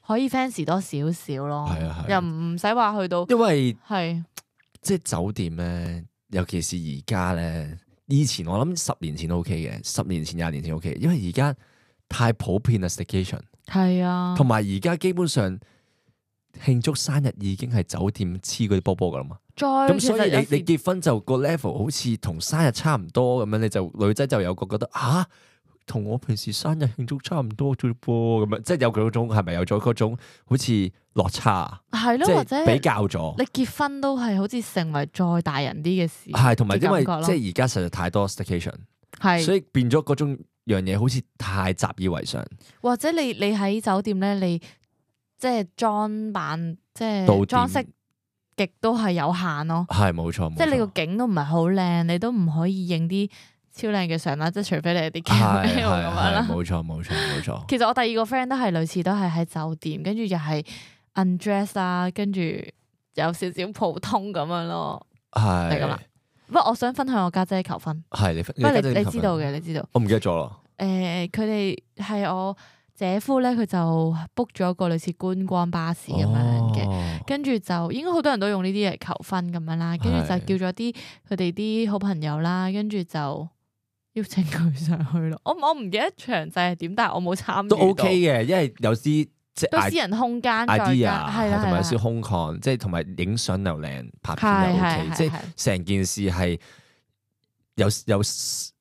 Speaker 2: 可以 fans 多少少咯。
Speaker 1: 係啊係
Speaker 2: 又
Speaker 1: 啊，
Speaker 2: 唔使話去到
Speaker 1: 因為。
Speaker 2: 係
Speaker 1: 即係酒店咧，尤其是而家咧，以前我諗十年前 O K 嘅，十年前廿年前 O K，因為而家太普遍啦 staycation，
Speaker 2: 係啊，
Speaker 1: 同埋而家基本上慶祝生日已經係酒店黐嗰啲波波噶啦嘛，
Speaker 2: 再
Speaker 1: 咁
Speaker 2: 其
Speaker 1: 所
Speaker 2: 實
Speaker 1: 以
Speaker 2: 有
Speaker 1: 你你
Speaker 2: 時
Speaker 1: 結婚就個 level 好似同生日差唔多咁樣，你就女仔就有個覺得啊，同我平時生日慶祝差唔多啫噃，咁樣即係有嗰種係咪有咗嗰種好似落差啊，
Speaker 2: 係
Speaker 1: 即
Speaker 2: 咯，或者
Speaker 1: 係比較咗。
Speaker 2: 你結婚都係好似成為再大人啲嘅事，
Speaker 1: 係，同埋因為
Speaker 2: 嘅感覺咯
Speaker 1: 即係而家實在太多 station，所
Speaker 2: 係
Speaker 1: 以變咗嗰種樣嘢好似太習以為常，
Speaker 2: 或者你你喺酒店咧，你即係裝扮即
Speaker 1: 到
Speaker 2: 係
Speaker 1: 點
Speaker 2: 裝飾極都係有限咯。
Speaker 1: 係冇錯，
Speaker 2: 即係你
Speaker 1: 冇
Speaker 2: 個
Speaker 1: 錯
Speaker 2: 景都唔係好靚，你都唔可以影啲超靚嘅相啦，即係除非你係啲
Speaker 1: 係
Speaker 2: KOL 咁
Speaker 1: 係
Speaker 2: 樣
Speaker 1: 係，
Speaker 2: 啦。
Speaker 1: 冇錯冇錯冇錯。
Speaker 2: 其實我第二個 friend 都係類似，都係喺酒店，跟住又係 undress 啦，跟住有少少普通咁樣咯。
Speaker 1: 係
Speaker 2: 係咁啦不過我想分享我家姐求婚，
Speaker 1: 係你
Speaker 2: 不過你
Speaker 1: 家姐
Speaker 2: 你
Speaker 1: 點
Speaker 2: 知
Speaker 1: 求
Speaker 2: 道
Speaker 1: 婚，
Speaker 2: 嘅，你知道。
Speaker 1: 我唔記得咗咯。
Speaker 2: 誒，佢哋係我姐夫咧，佢就 book 咗個類似觀光巴士咁樣嘅。
Speaker 1: 嘅
Speaker 2: 跟住就應該好多人都用呢啲嚟求婚咁樣啦，跟住
Speaker 1: 係
Speaker 2: 就叫咗啲佢哋啲好朋友啦，跟住就邀請佢上去咯。我唔我唔記得詳細係點，但係我冇參與
Speaker 1: 都
Speaker 2: 到
Speaker 1: OK 嘅，因為有啲即
Speaker 2: 都
Speaker 1: 係
Speaker 2: 私人空間再加
Speaker 1: idea
Speaker 2: 係啦，
Speaker 1: 同埋有少
Speaker 2: 係啦
Speaker 1: 空曠，即係同埋影相又靚，拍片又
Speaker 2: 係
Speaker 1: OK，
Speaker 2: 係
Speaker 1: 即
Speaker 2: 係
Speaker 1: 係
Speaker 2: 係。
Speaker 1: 成件事係有有 s-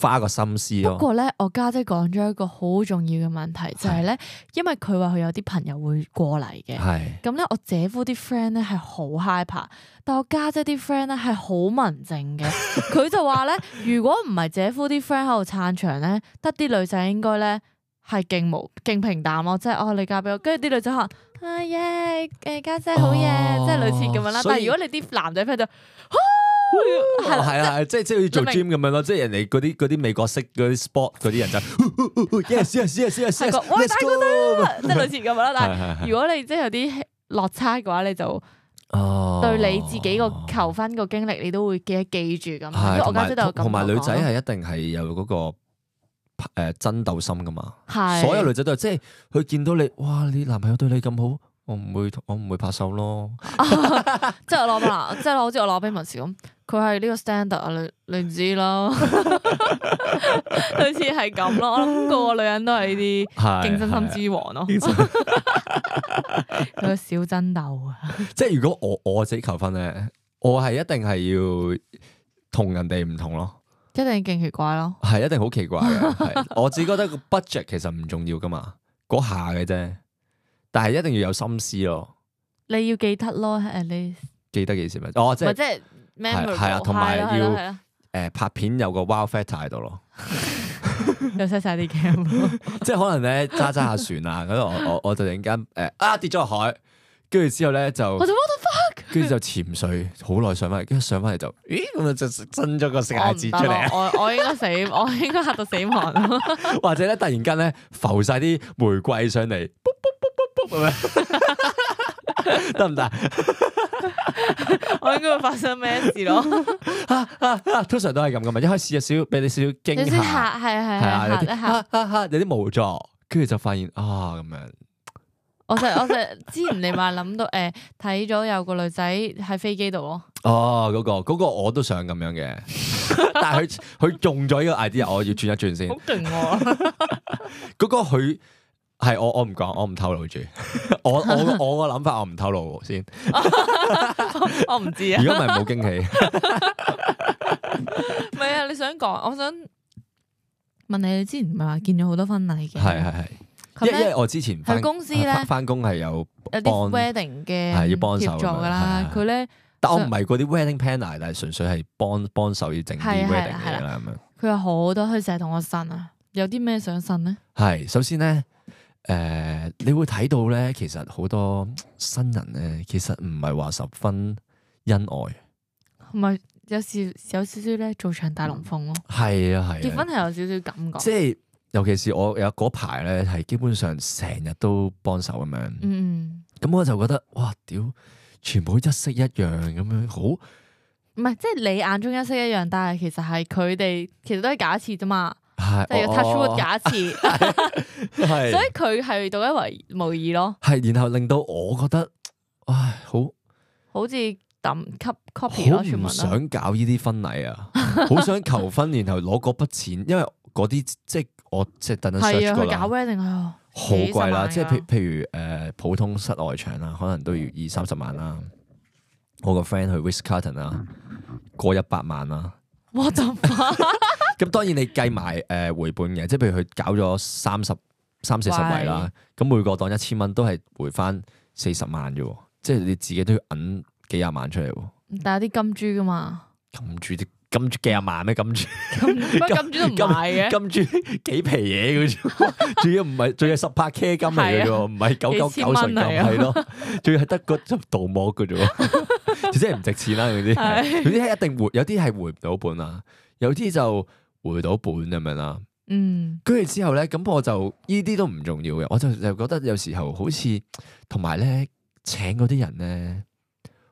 Speaker 1: 花個心思
Speaker 2: 不
Speaker 1: 咯。
Speaker 2: 過咧，我家姐講咗一個好重要嘅問題，就係咧，因為佢話佢有啲朋友會過嚟嘅。
Speaker 1: 係
Speaker 2: 咁咧，我姐夫啲 friend 咧係好 hyper，但我家姐啲 friend 咧係好文 靜嘅。佢就話咧，如果唔係姐夫啲 friend 喺度撐場咧，得啲女仔應該咧係勁無勁平淡咯，即係哦你嫁俾我，跟住啲女仔可能啊耶誒家姐好嘢，
Speaker 1: 哦
Speaker 2: 即係類似咁樣啦。
Speaker 1: 所以
Speaker 2: 但係如果你啲男仔 friend 就
Speaker 1: 係
Speaker 2: 係啦
Speaker 1: 啦，即係即係要做
Speaker 2: 你
Speaker 1: gym 咁樣咯，即係人哋嗰啲嗰啲美國式嗰啲 sport 嗰啲人就 yes yes yes yes
Speaker 2: 係
Speaker 1: yes
Speaker 2: 個喂
Speaker 1: let's
Speaker 2: 大
Speaker 1: go
Speaker 2: 啊即係類似咁樣啦。但係
Speaker 1: 係。係
Speaker 2: 如果你即係有啲落差嘅話，你就
Speaker 1: 哦
Speaker 2: 對你自己個求婚個經歷，你都會記得記住咁樣。因
Speaker 1: 係
Speaker 2: 為我
Speaker 1: 同
Speaker 2: 家
Speaker 1: 埋
Speaker 2: 姐都有咁
Speaker 1: 同埋
Speaker 2: 同
Speaker 1: 女
Speaker 2: 我
Speaker 1: 仔
Speaker 2: 講
Speaker 1: 係一定係有嗰個誒爭鬥心噶嘛。
Speaker 2: 係
Speaker 1: 所有女仔都係，即係佢見到你，哇！你男朋友對你咁好，我唔會同，我唔會拍手 咯。
Speaker 2: 即係我攞啦， 即係好似我攞俾文士咁，佢係呢個 standard 啊，你你唔知 啦，類似係咁咯。我諗個個女人都係呢啲
Speaker 1: 係啊
Speaker 2: 競爭心之王咯，
Speaker 1: 之，
Speaker 2: 佢個小爭鬥啊，
Speaker 1: 即係如果我我自己求婚咧，我係一定係要同人哋唔同咯，
Speaker 2: 一定勁奇怪咯。
Speaker 1: 係一定好奇怪 嘅。係我只覺得個 budget 其實唔重要噶嘛，嗰下嘅啫，但係一定要有心思咯，
Speaker 2: 你要記得咯，誒你
Speaker 1: 記得幾時咪？哦，即
Speaker 2: 或
Speaker 1: 係
Speaker 2: 者係 memorable
Speaker 1: 係啊同埋
Speaker 2: 係咯係咯
Speaker 1: 要
Speaker 2: 係 咯
Speaker 1: 誒拍片有個 wow factor 喺度咯。
Speaker 2: 又 set 晒啲 cam，
Speaker 1: 即係可能咧揸揸下船啊，咁我我我就突然間誒啊跌咗落海，跟住之後咧就
Speaker 2: 我就 what
Speaker 1: 跟住就潛水好耐上翻嚟，跟住上翻嚟就咦咁啊就伸咗個食
Speaker 2: the fuck，
Speaker 1: 戒
Speaker 2: 我唔
Speaker 1: 指
Speaker 2: 得
Speaker 1: 出嚟
Speaker 2: 咯
Speaker 1: 啊，
Speaker 2: 我我 應該死，我應該嚇到死亡咯。
Speaker 1: 或者咧突然間咧浮晒啲玫瑰上嚟，卜卜卜卜卜咁樣，得唔得
Speaker 2: 我應該會發生咩事 咯？
Speaker 1: 啊啊？通常都係咁噶嘛，一開始有少少俾你少少
Speaker 2: 有
Speaker 1: 驚
Speaker 2: 啲
Speaker 1: 嚇，
Speaker 2: 嚇，係係
Speaker 1: 係啊有
Speaker 2: 係嚇
Speaker 1: 啲
Speaker 2: 一嚇。
Speaker 1: 啊啊啊有啲無助，跟住就發現啊咁樣，
Speaker 2: 我就我就之前你話諗到誒睇咗有個女仔喺飛機度咯，
Speaker 1: 哦嗰個嗰個我都想咁樣嘅，但係佢佢中咗呢個 idea，我要轉一轉先。
Speaker 2: 勁喎！
Speaker 1: 嗰個佢係我我唔講，我唔透露住。 我 我我個諗法我唔透露先，
Speaker 2: 我唔知啊
Speaker 1: 如，果唔係冇驚喜。
Speaker 2: 唔係啊，你想講，我想問你，你之前唔係話見咗好多婚禮嘅，
Speaker 1: 係係係，
Speaker 2: 咁
Speaker 1: 因因為
Speaker 2: 咧
Speaker 1: 我之前
Speaker 2: 佢
Speaker 1: 翻
Speaker 2: 公司咧
Speaker 1: 翻工係有
Speaker 2: 有
Speaker 1: 幫
Speaker 2: 啲 wedding 嘅
Speaker 1: 係要幫手
Speaker 2: 協助
Speaker 1: 咁樣
Speaker 2: 㗎啦
Speaker 1: 係，係
Speaker 2: 佢咧
Speaker 1: 但我唔係嗰啲 wedding planner，但係純粹係幫幫手要整啲
Speaker 2: 係啊係
Speaker 1: wedding
Speaker 2: 啊係啊
Speaker 1: 嘢啦咁樣。
Speaker 2: 佢有好多，佢成日同我呻啊，有啲咩想呻咧？
Speaker 1: 係首先咧。誒、你會睇到咧，其實好多新人咧，其實唔係話十分恩愛，
Speaker 2: 同埋有時有少少咧做場大龍鳳咯，
Speaker 1: 係啊係啊。
Speaker 2: 結婚係有少少感覺，
Speaker 1: 即係尤其是我有嗰排咧，係基本上成日都幫手咁樣。
Speaker 2: 嗯
Speaker 1: 咁我就覺得哇，屌，全部一式一樣咁樣，好
Speaker 2: 嗯，唔係即係你眼中一式一樣，但係其實係佢哋其實都係假設啫嘛。
Speaker 1: 係
Speaker 2: 即係要 touch wood
Speaker 1: 我
Speaker 2: 假設，
Speaker 1: 係
Speaker 2: 所以佢係獨一為無二咯，
Speaker 1: 係，然後令到我覺得，唉，好
Speaker 2: 好似抌吸 copy
Speaker 1: 好
Speaker 2: 咯，全
Speaker 1: 唔
Speaker 2: 部都
Speaker 1: 想搞呢啲婚禮啊，好想求婚，然後攞嗰筆錢，因為嗰啲即係我即係等等
Speaker 2: 係
Speaker 1: search
Speaker 2: 啊，
Speaker 1: 過
Speaker 2: 佢
Speaker 1: 啦。
Speaker 2: 搞 wedding 係
Speaker 1: 好貴啦，即係譬
Speaker 2: 譬
Speaker 1: 譬如誒、呃普通室外場啦，可能都要二三十萬啦。我個 friend 去 Wisconsin 啦，過一百萬啦。
Speaker 2: 我 就
Speaker 1: 咁當然你計埋誒回本嘅，即係譬如佢搞咗三十三四十位啦，咁每個當一千蚊都係回翻四十萬啫喎，即係你自己都要揞幾廿萬出嚟喎，
Speaker 2: 但有啲金珠噶嘛，
Speaker 1: 撳住啲金珠幾廿萬咩？金 珠
Speaker 2: 乜金主都唔買嘅，
Speaker 1: 金珠幾皮嘢嘅啫喎，仲要唔係仲要十八 K 金嚟嘅啫
Speaker 2: 係啊
Speaker 1: 喎，唔係九九
Speaker 2: 幾
Speaker 1: 九
Speaker 2: 千
Speaker 1: 十
Speaker 2: 蚊
Speaker 1: 金
Speaker 2: 嚟啊
Speaker 1: 係咯，仲要係得嗰執盜膜嘅啫喎，即係唔值錢啦嗰啲係，
Speaker 2: 係
Speaker 1: 總之係一定回，有啲係回唔到本啦，有啲就回到本咁樣啦。
Speaker 2: 嗯
Speaker 1: 跟住之後咧，咁我就呢啲都唔重要嘅，我就就覺得有時候好似同埋咧請嗰啲人咧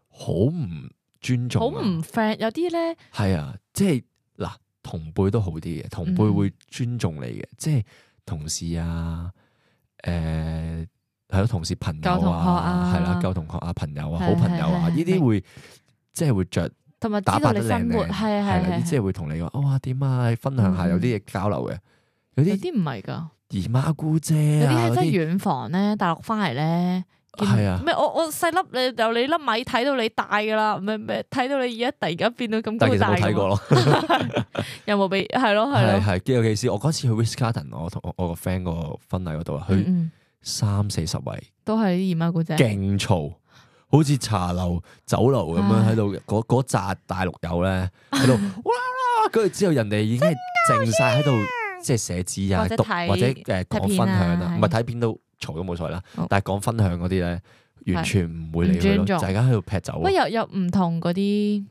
Speaker 1: 好唔尊重
Speaker 2: 好
Speaker 1: 啊，
Speaker 2: 唔 friend，有啲咧
Speaker 1: 係啊，即係嗱同輩都好啲嘅，同輩
Speaker 2: 嗯
Speaker 1: 會尊重你嘅，即係同事啊，誒係咯，同事朋友
Speaker 2: 舊同學啊
Speaker 1: 啊，係啦，舊同學啊，朋友啊，
Speaker 2: 係
Speaker 1: 好朋友啊，
Speaker 2: 係係
Speaker 1: 呢啲會即係會着
Speaker 2: 同埋知
Speaker 1: 打
Speaker 2: 道
Speaker 1: 扮
Speaker 2: 你
Speaker 1: 得靚
Speaker 2: 生活
Speaker 1: 靚，
Speaker 2: 係啊
Speaker 1: 係啦
Speaker 2: 係
Speaker 1: 即
Speaker 2: 係，
Speaker 1: 係會同你話哇點啊，分享下
Speaker 2: 嗯
Speaker 1: 有啲嘢交流嘅，有
Speaker 2: 有
Speaker 1: 啲
Speaker 2: 啲唔係㗎，
Speaker 1: 姨媽姑姐
Speaker 2: 有啲
Speaker 1: 啊，
Speaker 2: 係
Speaker 1: 嗰
Speaker 2: 真係
Speaker 1: 啲
Speaker 2: 遠房咧，大陸翻嚟咧。見
Speaker 1: 係啊。
Speaker 2: 咩？我我細粒你由你粒米睇到你大噶啦，唔係唔係睇到你而家突然間變到咁
Speaker 1: 但係其
Speaker 2: 高
Speaker 1: 實
Speaker 2: 大
Speaker 1: 冇
Speaker 2: 㗎
Speaker 1: 睇過
Speaker 2: 喎，
Speaker 1: 咯，
Speaker 2: 有冇俾係咯係
Speaker 1: 係
Speaker 2: 咯？
Speaker 1: 係，尤其是我嗰次去 w h i s k a r t o n 我同我我個 friend 個婚禮嗰度啊，
Speaker 2: 嗯
Speaker 1: 去
Speaker 2: 嗯，
Speaker 1: 三四十位，
Speaker 2: 都係啲姨媽姑姐，
Speaker 1: 勁嘈，好似茶樓、酒樓咁樣
Speaker 2: 唉
Speaker 1: 喺度，嗰嗰扎大陸友咧 喺度哇啦，跟住之後人哋已經係靜晒喺度，即係寫字啊，
Speaker 2: 啊或者
Speaker 1: 讀
Speaker 2: 睇
Speaker 1: 或者誒講分享
Speaker 2: 睇片
Speaker 1: 啊
Speaker 2: 啊，
Speaker 1: 唔係睇片都嘈都冇所謂啦
Speaker 2: 好，
Speaker 1: 但係講分享嗰啲咧，完全唔會理
Speaker 2: 唔
Speaker 1: 佢
Speaker 2: 尊
Speaker 1: 咯，
Speaker 2: 重
Speaker 1: 大家喺度劈酒啊。
Speaker 2: 喂，有有唔同嗰啲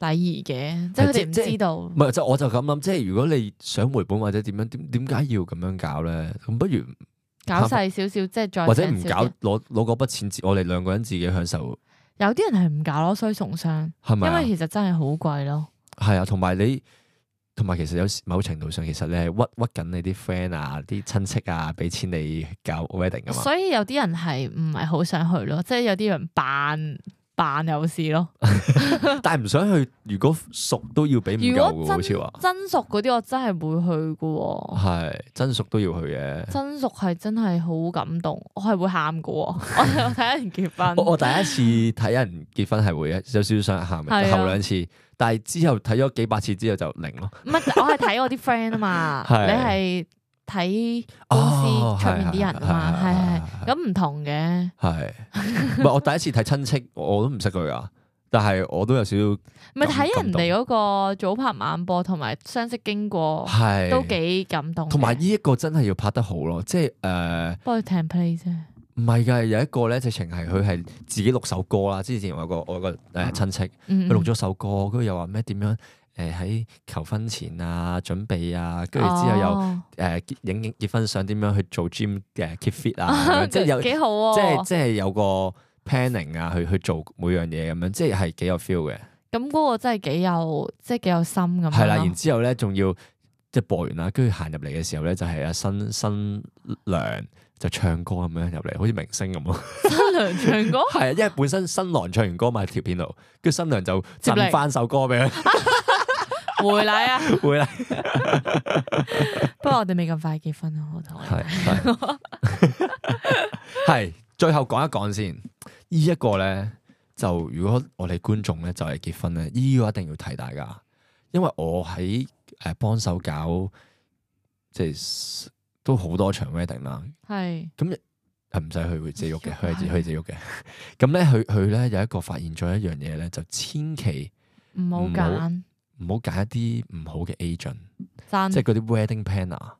Speaker 2: 禮儀嘅，即係佢哋唔
Speaker 1: 即即
Speaker 2: 知道
Speaker 1: 唔。係，即係我就咁諗，即係如果你想回本或者點樣，點點解要咁樣搞咧？咁不如
Speaker 2: 搞細少少，即係再
Speaker 1: 或者
Speaker 2: 請
Speaker 1: 唔
Speaker 2: 少
Speaker 1: 搞
Speaker 2: 啲，
Speaker 1: 攞攞嗰筆錢，自我哋兩個人自己享受，
Speaker 2: 有啲人係唔搞咯，衰重傷，
Speaker 1: 係
Speaker 2: 因
Speaker 1: 咪啊
Speaker 2: 為？其實真係好貴咯。
Speaker 1: 係啊，同埋你，同埋其實有時某程度上，其實你係屈屈緊你啲 friend 啊、啲親戚啊，俾錢你搞 wedding 噶嘛。
Speaker 2: 所以有啲人係唔係好想去咯，即係有啲人扮扮有事咯。
Speaker 1: 但係唔想去，如果熟都要俾唔
Speaker 2: 如
Speaker 1: 夠
Speaker 2: 果
Speaker 1: 嘅，
Speaker 2: 真
Speaker 1: 好似話
Speaker 2: 真熟嗰啲，我真係會去嘅喎。
Speaker 1: 係真熟都要去嘅。
Speaker 2: 真熟係真係好感動，我係會喊 嘅喎。我有睇人結婚，
Speaker 1: 我我第一次睇人結婚係會嘅，有少少想喊
Speaker 2: 係
Speaker 1: 嘅，
Speaker 2: 啊
Speaker 1: 頭兩次，但係之後睇咗幾百次之後就零咯。
Speaker 2: 唔係我係睇我啲 friend 啊 嘛，
Speaker 1: 係
Speaker 2: 你係睇公
Speaker 1: 哦
Speaker 2: 司出面啲人啊嘛，係係係
Speaker 1: 係
Speaker 2: 咁唔同嘅。
Speaker 1: 係係係，唔係我第一次睇親戚，我我都唔識佢噶，但係我都有少少
Speaker 2: 咪睇人哋嗰個早拍晚播同埋相識經過
Speaker 1: 係
Speaker 2: 哦都幾感動嘅，
Speaker 1: 同埋呢一個真係要拍得好咯，即係誒
Speaker 2: 幫佢 template 啫，
Speaker 1: 唔係㗎，有一個咧直情係佢係自己錄首歌啦。之前我有個我有個誒親戚，
Speaker 2: 嗯，
Speaker 1: 佢錄咗首歌，跟住又話咩點樣誒喺求婚前啊準備啊，跟住之後又
Speaker 2: 哦
Speaker 1: 誒結影影結婚相點樣去做 gym 嘅 keep fit 啊， 咁樣即係有
Speaker 2: 幾好喎，
Speaker 1: 即係即係有個 planning 啊，去去做每樣嘢咁樣，即係係幾有 feel 嘅。
Speaker 2: 咁嗰個真係幾有，即係幾有心咁樣咯。
Speaker 1: 係啦，然之後咧仲要即係播完啦，跟住行入嚟嘅時候咧就係阿新新娘就唱歌咁樣入嚟，好似明星咁咯。
Speaker 2: 新娘唱歌，
Speaker 1: 係啊，因為本身新郎唱完歌嘛條片度，跟住新娘就
Speaker 2: 接力
Speaker 1: 贈翻首歌俾 佢，
Speaker 2: 回禮啊！
Speaker 1: 會啦，
Speaker 2: 不過我哋未咁快結婚啊，我同你
Speaker 1: 係係 係。最後講一講先，呢一個咧就如果我哋觀眾咧就係結婚咧，呢個一定要提大家，因為我喺誒幫手搞即係都好多場 wedding 啦。
Speaker 2: 係
Speaker 1: 係唔使去會自己喐嘅，
Speaker 2: 自
Speaker 1: 佢係自佢
Speaker 2: 己喐
Speaker 1: 係自己喐嘅。 咁咧，佢佢咧有一個發現咗一樣嘢咧，就千祈
Speaker 2: 唔好
Speaker 1: 唔好
Speaker 2: 揀，
Speaker 1: 唔好揀一啲唔好嘅 agent，
Speaker 2: 真
Speaker 1: 即係嗰啲 wedding planner。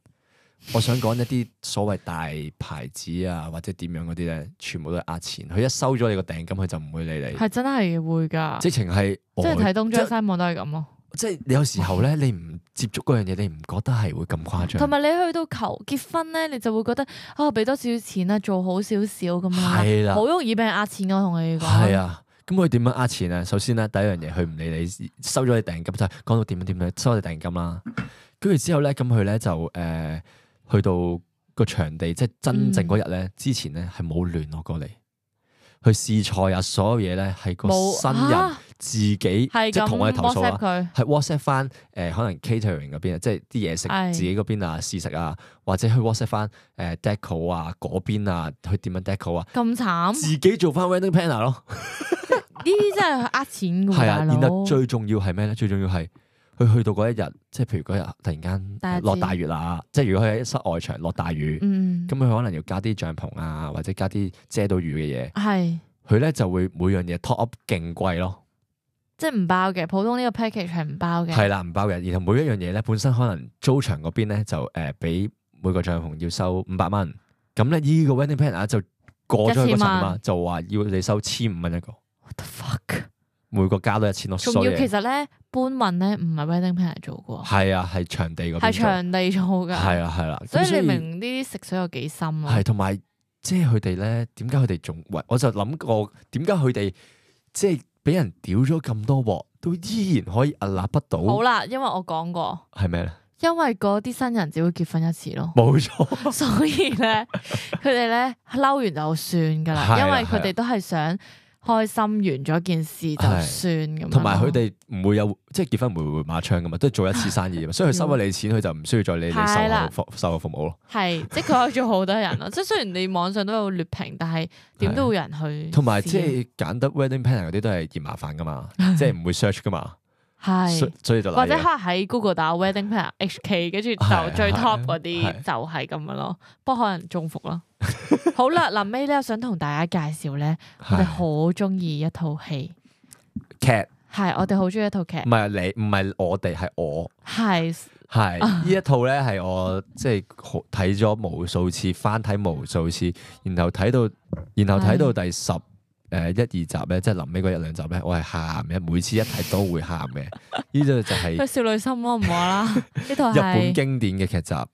Speaker 1: 我想講一啲所謂大牌子啊，或者點樣嗰啲咧，全部都係呃錢。佢一收咗你個訂金，佢就唔會理你。
Speaker 2: 係真係會㗎，
Speaker 1: 直情係
Speaker 2: 即係
Speaker 1: 呆
Speaker 2: 睇東張西望都係咁咯。
Speaker 1: 即係你有時候咧，你唔接觸嗰樣嘢，你唔覺得係會咁誇
Speaker 2: 同
Speaker 1: 張。
Speaker 2: 埋你去到求結婚咧，你就會覺得啊，俾多少少錢啦，做好少少咁樣，
Speaker 1: 係啦，啊
Speaker 2: 好容易俾人呃錢㗎我同你講。
Speaker 1: 係，啊，咁佢點樣呃錢啊？首先咧，第一樣嘢佢唔理你收咗你訂金，就係講到點樣點樣收你訂金啦。跟住之後咧，咁佢咧就誒、呃去到個場地，即係真正嗰日
Speaker 2: 嗯
Speaker 1: 咧，之前咧係冇聯絡過你。去試菜啊，所有嘢咧係個
Speaker 2: 冇
Speaker 1: 新人
Speaker 2: 啊
Speaker 1: 自己即係
Speaker 2: 係咁
Speaker 1: 同我哋投訴
Speaker 2: WhatsApp
Speaker 1: 啊，
Speaker 2: 佢，
Speaker 1: 係 WhatsApp 翻誒、呃可能 catering 嗰邊啊，即係啲嘢食
Speaker 2: 係
Speaker 1: 自己嗰邊啊試食啊，或者去 WhatsApp 翻誒 deco 啊嗰邊啊，去點樣 deco 啊，
Speaker 2: 咁慘，呢
Speaker 1: 自己做翻 wedding planner 咯。
Speaker 2: 啲真係呃錢㗎喎，
Speaker 1: 係
Speaker 2: 大
Speaker 1: 啊，然後
Speaker 2: 佬。
Speaker 1: 最重要係咩咧？最重要係佢去到嗰一日，即係譬如嗰日突然
Speaker 2: 大
Speaker 1: 間呃
Speaker 2: 日子
Speaker 1: 落大雨啦，即係如果佢喺室外場落大雨，
Speaker 2: 嗯，
Speaker 1: 咁佢、可能要加啲帳篷啊，或者加啲遮到雨嘅嘢，
Speaker 2: 係
Speaker 1: 佢咧就會每樣嘢 top up 勁貴咯。
Speaker 2: 即係唔包嘅，普通呢個 package 係唔包嘅。
Speaker 1: 係啦，唔包嘅。然後每一樣嘢咧，本身可能租場嗰邊咧就誒俾、每個帳篷要收五百蚊，咁咧呢個 wedding planner 啊就過咗去嗰層啊
Speaker 2: 一千
Speaker 1: 嘛，就話要你收千五蚊一個，
Speaker 2: What the fuck！
Speaker 1: 每個加多一千咯。
Speaker 2: 仲要
Speaker 1: 所以
Speaker 2: 其實咧搬運咧唔係 wedding planner 做嘅喎，
Speaker 1: 係啊，係場地嗰邊
Speaker 2: 係
Speaker 1: 做
Speaker 2: 場地做㗎。
Speaker 1: 係啊啦係啦，
Speaker 2: 所
Speaker 1: 咁
Speaker 2: 以你明呢啲食水有幾深啊
Speaker 1: 係？同埋即係佢哋咧，點解佢哋仲喂？我就諗過點解佢哋即係俾人屌咗咁多鑊，都依然可以屹立不倒，
Speaker 2: 好啦，因為我講過，
Speaker 1: 係咩咧？，
Speaker 2: 因為嗰啲新人只會結婚一次 咯
Speaker 1: 冇錯，
Speaker 2: 所以咧佢哋咧嬲完就算噶
Speaker 1: 係啊
Speaker 2: 啦，
Speaker 1: 啦
Speaker 2: 因為佢哋都係想開心完咗件事就算咁樣咯。
Speaker 1: 同埋佢哋唔會有即係結婚唔會回馬槍噶嘛，都係做一次生意㗎嘛，所以佢收咗你錢，佢就唔需要再理你售
Speaker 2: 嗯係啦
Speaker 1: 後服售後服務咯。
Speaker 2: 係即係佢可以做好多人咯，即係雖然你網上都有劣評，但係點都會有人去。
Speaker 1: 同埋即係揀得 wedding planner 嗰啲都係嫌麻煩噶 嘛，即係唔會 search 噶嘛，所
Speaker 2: 係。
Speaker 1: 所以就
Speaker 2: 或者
Speaker 1: 賴嘢
Speaker 2: 可能喺 Google 打 wedding planner HK，跟住
Speaker 1: 係
Speaker 2: 就最
Speaker 1: 係
Speaker 2: top 嗰啲
Speaker 1: 係
Speaker 2: 就係咁樣咯。不過可能中伏啦。 好啦，臨尾咧，我想同大家介紹咧，我哋
Speaker 1: 係
Speaker 2: 好中意一套戲，
Speaker 1: cat
Speaker 2: 係我哋好中意一套劇，
Speaker 1: 唔係你唔係我哋係我。
Speaker 2: 係
Speaker 1: 係呢一套咧，係我即係好睇咗無數次，翻睇無數次，然後睇到，然後睇到
Speaker 2: 嗯
Speaker 1: 第十誒一二集咧，即係臨尾嗰一兩集咧，我係喊嘅，每次一睇都會喊嘅。呢度就係
Speaker 2: 佢少女心咯，唔好 啦，呢套
Speaker 1: 日本
Speaker 2: 係
Speaker 1: 經典嘅劇集《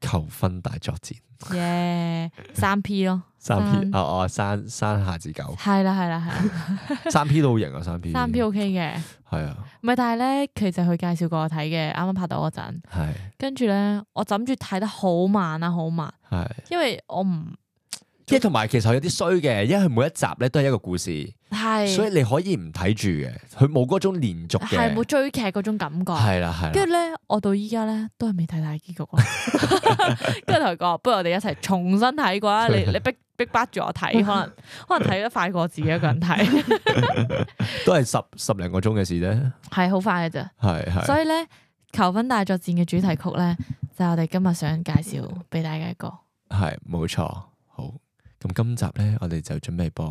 Speaker 1: 求婚大作戰》
Speaker 2: 耶三 P 咯，
Speaker 1: 三 P
Speaker 2: 山
Speaker 1: 哦哦山山下智久
Speaker 2: 係啦係啦係啦，
Speaker 1: 三 P 都好型啊，三 P
Speaker 2: 三 P OK 嘅，
Speaker 1: 係啊
Speaker 2: 唔係但係咧，其實佢介紹過我睇嘅，啱啱拍到嗰陣，
Speaker 1: 係
Speaker 2: 跟住咧我枕住睇得好慢啊好慢，
Speaker 1: 係，
Speaker 2: 因為我唔
Speaker 1: 即係同埋其實有啲衰嘅，因為佢每一集咧都係一個故事，所
Speaker 2: 係
Speaker 1: 以你可以唔睇住嘅，佢冇嗰種連續
Speaker 2: 係冇
Speaker 1: 嘅。
Speaker 2: 追劇嗰種感覺。
Speaker 1: 係啊啦，係啦，
Speaker 2: 跟住咧，我到依家咧都係未睇大結局咯。 跟住同佢講，不如我哋一齊重新睇過啦。你你逼逼迫住 我睇，可能可能睇得快過我自己一個人睇，
Speaker 1: 都系十十零個鐘嘅事啫，
Speaker 2: 係好快嘅啫。
Speaker 1: 係係
Speaker 2: 所以咧，求婚大作戰嘅主題曲咧，就係我哋今日想介紹俾大家一個。
Speaker 1: 係冇錯。好，咁今集咧，我哋就準備播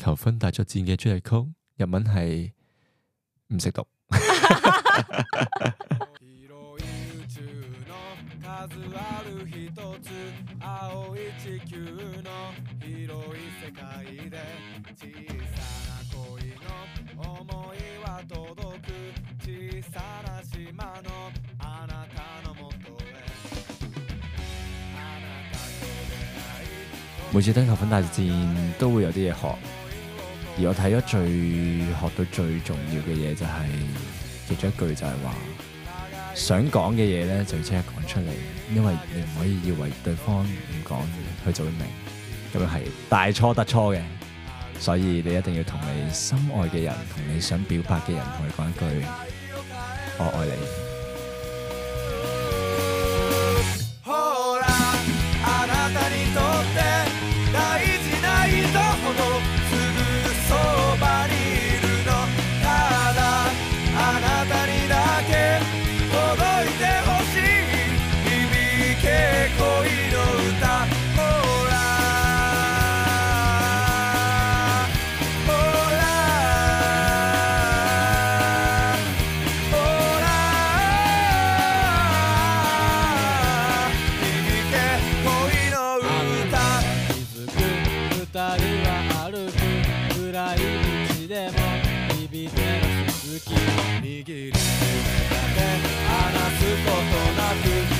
Speaker 1: 《求婚大作戰》嘅主題曲，日文係唔識讀。
Speaker 3: 広い宇宙の数ある一つ青い地球の広い世界で小さな恋の思いは届く小さな島のあなたのもとへあなたと出会い
Speaker 1: 每次睇《求婚大作戰》都會有啲嘢學，而我睇咗最學到最重要嘅嘢就係、其中一句就係話，想講嘅嘢咧就要即刻講出嚟，因為你唔可以以為對方唔講，佢就會明，咁樣係大錯特錯嘅。所以你一定要同你心愛嘅人，同你想表白嘅人，同佢講一句我愛你。
Speaker 3: ほらあなたにとって大事な人ほどすぐそばにいるのただあなたにだけ届いてほしい響け恋の歌ほらほらほら「響け恋の歌」
Speaker 4: 気づく二人は歩く暗い道でも響けが続き
Speaker 3: 「握りしめた手離すことなく」